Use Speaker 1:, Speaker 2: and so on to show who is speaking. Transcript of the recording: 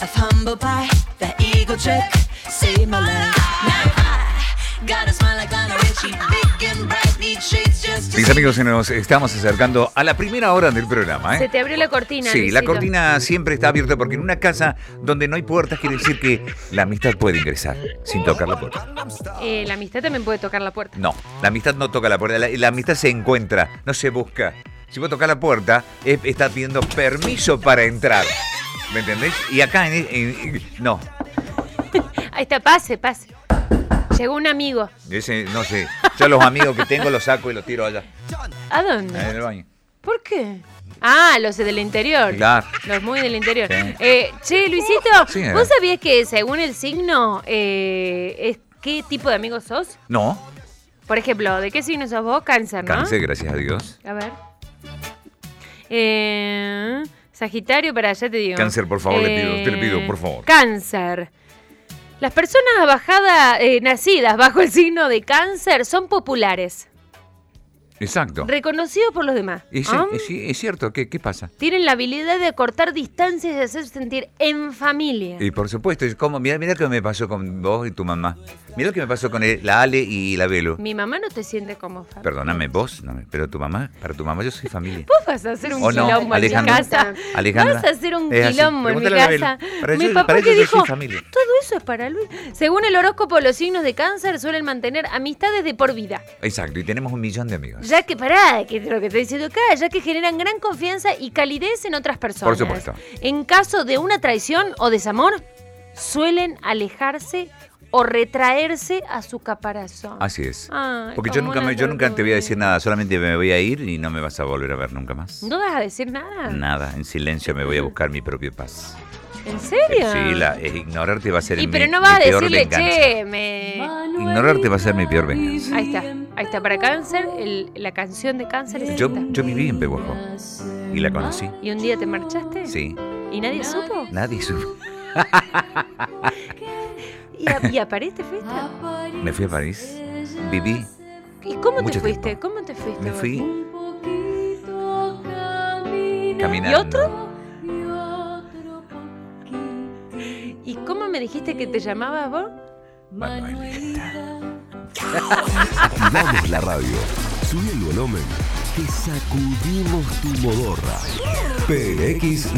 Speaker 1: of humble pie, the ego trick saved my life. Now I got a smile like Lionel Richie, big and bright, need shades just to
Speaker 2: Mis
Speaker 1: see.
Speaker 2: amigos, nos estamos acercando a la primera hora del programa. ¿eh?
Speaker 3: Se te abrió la cortina.
Speaker 2: Sí, la
Speaker 3: Luisito.
Speaker 2: cortina siempre está abierta porque en una casa donde no hay puertas quiere decir que la amistad puede ingresar sin tocar la puerta.
Speaker 3: Eh, la amistad también puede tocar la puerta.
Speaker 2: No, la amistad no toca la puerta, la, la amistad se encuentra, no se busca. Si vos tocas la puerta, es- estás pidiendo permiso para entrar. ¿Me entendés? Y acá en, en- no,
Speaker 3: Ahí está, pase, pase. Llegó un amigo.
Speaker 2: ese, no sé. Yo los amigos que tengo los saco y los tiro allá
Speaker 3: ¿A dónde?
Speaker 2: en el baño.
Speaker 3: ¿Por qué? Ah, los del interior.
Speaker 2: Claro.
Speaker 3: Los muy del interior.
Speaker 2: Sí.
Speaker 3: Eh, che, Luisito,
Speaker 2: Sí, eh.
Speaker 3: ¿vos sabías que según el signo, eh, es qué tipo de amigo sos?
Speaker 2: No,
Speaker 3: Por ejemplo, ¿de qué signo sos vos? Cáncer, ¿no?
Speaker 2: cáncer, gracias a Dios.
Speaker 3: A ver. Eh, Sagitario, para allá te digo. Eh,
Speaker 2: Cáncer, por favor, le pido, te le pido, por favor.
Speaker 3: Cáncer. Las personas bajada, eh, nacidas bajo el signo de cáncer son populares,
Speaker 2: Exacto.
Speaker 3: reconocidos por los demás.
Speaker 2: Es,
Speaker 3: ¿Ah?
Speaker 2: es- es cierto, ¿qué, qué pasa?
Speaker 3: Tienen la habilidad de cortar distancias y de hacer sentir en familia.
Speaker 2: Y por supuesto, es como, mirá, mirá lo que me pasó con vos y tu mamá. Mirá lo que me pasó con el- la Ale y la Velo.
Speaker 3: Mi mamá no te siente como familia.
Speaker 2: Perdóname vos, no me- pero tu mamá, para tu mamá yo soy familia.
Speaker 3: Vos vas a hacer un
Speaker 2: ¿O no,
Speaker 3: quilombo en mi
Speaker 2: Alejandra?
Speaker 3: casa.
Speaker 2: Alejandra,
Speaker 3: Vas a hacer un
Speaker 2: es así.
Speaker 3: quilombo en mi
Speaker 2: Pregúntale a Anabel.
Speaker 3: casa.
Speaker 2: Para
Speaker 3: mi
Speaker 2: eso-
Speaker 3: papá
Speaker 2: para
Speaker 3: que
Speaker 2: eso yo soy
Speaker 3: dijo,
Speaker 2: familia.
Speaker 3: todo eso es para Luis. Según el horóscopo, los signos de cáncer suelen mantener amistades de por vida.
Speaker 2: Exacto, y tenemos un millón de amigos.
Speaker 3: Ya que, pará, que es lo que estoy diciendo acá, ya que generan gran confianza y calidez en otras personas.
Speaker 2: Por supuesto.
Speaker 3: En caso de una traición o desamor, suelen alejarse o retraerse a su caparazón.
Speaker 2: Así es.
Speaker 3: Ay,
Speaker 2: Porque yo
Speaker 3: como
Speaker 2: nunca,
Speaker 3: una
Speaker 2: me- yo nunca te voy a decir
Speaker 3: tortuga.
Speaker 2: nada, solamente me voy a ir y no me vas a volver a ver nunca más.
Speaker 3: ¿No vas a decir nada?
Speaker 2: Nada, en silencio me voy a buscar mi propio paz.
Speaker 3: ¿En serio?
Speaker 2: Sí, la, eh, ignorarte va a ser
Speaker 3: Y
Speaker 2: mi,
Speaker 3: pero no
Speaker 2: mi
Speaker 3: vas a
Speaker 2: peor
Speaker 3: decirle,
Speaker 2: venganza.
Speaker 3: che, me...
Speaker 2: Ignorarte va a ser mi peor venganza.
Speaker 3: Ahí está, ahí está, para cáncer, el- la canción de cáncer. es
Speaker 2: Yo,
Speaker 3: esta.
Speaker 2: yo viví en Pehuajó y la conocí.
Speaker 3: ¿Y un día te marchaste?
Speaker 2: Sí,
Speaker 3: ¿Y nadie supo?
Speaker 2: nadie supo.
Speaker 3: ¿Y, a, y a París te fuiste?
Speaker 2: Me fui a París, viví,
Speaker 3: ¿Y cómo te
Speaker 2: Mucho
Speaker 3: fuiste?
Speaker 2: tiempo.
Speaker 3: ¿Cómo te fuiste?
Speaker 2: me
Speaker 3: vos?
Speaker 2: fui caminando.
Speaker 3: ¿Y otro? ¿Y cómo me dijiste que te llamabas vos?
Speaker 2: Manuelita.
Speaker 4: Activamos la radio. Subí el volumen. Te sacudimos tu modorra. PLX